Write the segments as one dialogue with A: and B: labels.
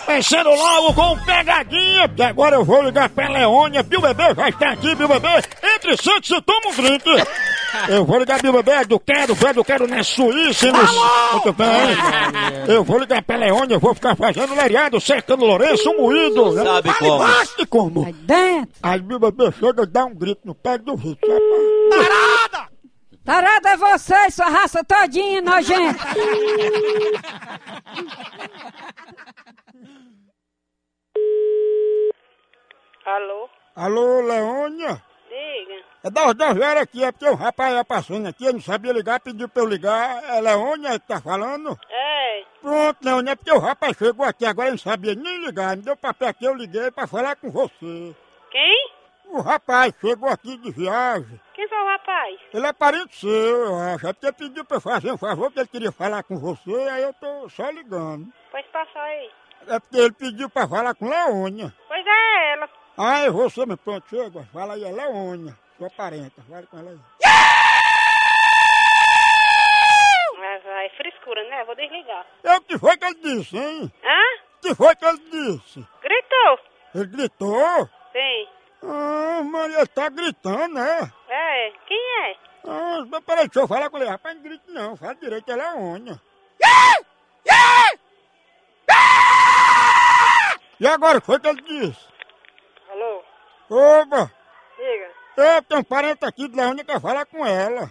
A: aparecendo logo com um pegadinha, porque agora eu vou ligar pra Leônia, Bill Bebê já está aqui, Bill Bebê, entre Santos e toma um drink. Eu vou ligar Bill Bebê, é do quero, do quero na Suíça, e nos... Muito bem. Eu vou ligar pra Leônia, eu vou ficar fazendo lariado, cercando Lourenço, um moído. né?
B: Sabe
A: Fale
B: como.
A: baixo, como.
C: Vai Tá dentro.
A: Aí Bill Bebê chega e dá um grito no pé do Vitor, rapaz.
C: Tarada é você, sua raça todinha, nojenta.
D: Alô?
A: Alô, Leônia?
D: Diga.
A: É das 10 horas aqui, é porque o rapaz ia passando aqui, eu não sabia ligar, pediu pra eu ligar. É Leônia que tá falando?
D: É,
A: Pronto, Leônia, é porque o rapaz chegou aqui agora, eu não sabia nem ligar. Me deu papel aqui, eu liguei pra falar com você.
D: quem?
A: O rapaz chegou aqui de viagem.
D: Quem foi o rapaz?
A: Ele é parente seu, eu acho. É porque pediu pra eu fazer um favor, que ele queria falar com você, aí eu tô só ligando.
D: Pois passou aí.
A: É porque ele pediu pra falar com Leônia.
D: Pois é ela.
A: Ah, eu vou ser, mas pronto, chega. Fala aí, é Leônia, sua parenta. Fala com ela aí.
D: Mas é frescura, né? Vou desligar.
A: É o que foi que ele disse, hein?
D: Hã?
A: O que foi que ele disse?
D: Gritou?
A: Ele gritou?
D: Sim.
A: Ah, mas ele tá gritando, né?
D: É, quem é?
A: Ah, mas peraí, deixa eu falar com ele. Rapaz, não grite não, fala direito, ela é unha. E agora, o que foi que ele disse?
D: Alô?
A: Oba,
D: Diga.
A: eu tenho um parente aqui de Leônia que quer falar com ela.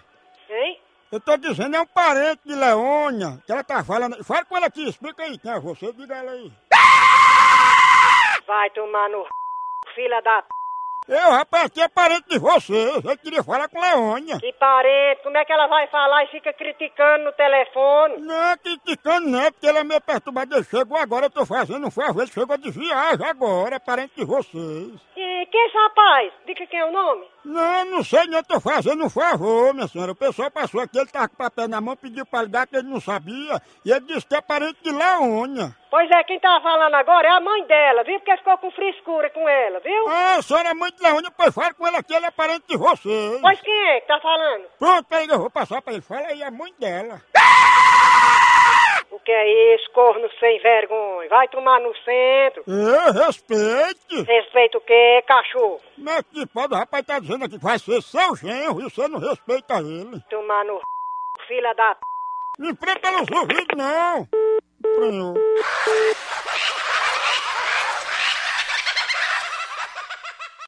D: Hein?
A: Eu tô dizendo, é um parente de Leônia, que ela tá falando. Fala com ela aqui, explica aí quem é você, diga ela aí.
D: Vai tomar no filha da p...
A: Eu, rapaz, aqui é parente de você, eu queria falar com Leônia.
D: Que parente, como é que ela vai falar e fica criticando no telefone?
A: Não, criticando não, porque ele é meio perturbado. Ele chegou agora, eu tô fazendo um favor, ele chegou de viagem agora, é parente de vocês.
D: E quem é esse rapaz? Diga quem é o nome?
A: Não, não sei não, eu tô fazendo um favor, minha senhora. O pessoal passou aqui, ele tava com papel na mão, pediu pra ligar que ele não sabia, e ele disse que é parente de Laônia.
D: Pois é, quem tá falando agora é a mãe dela, viu? Porque ficou com frescura com ela, viu?
A: Ah, a senhora é mãe de Laônia, pois fala com ele aqui, ele é parente de vocês.
D: Pois quem é que tá falando?
A: Pronto, peraí, eu vou passar pra ele. Fala aí, a mãe dela.
D: O que é isso, corno sem vergonha? Vai tomar no centro.
A: Eu respeite.
D: Respeita o quê, cachorro?
A: Como é que pode? O rapaz tá dizendo aqui que vai ser seu genro e você não respeita ele.
D: Tomar no filha da p...
A: Me prende pelos ouvidos, não! Prenhou.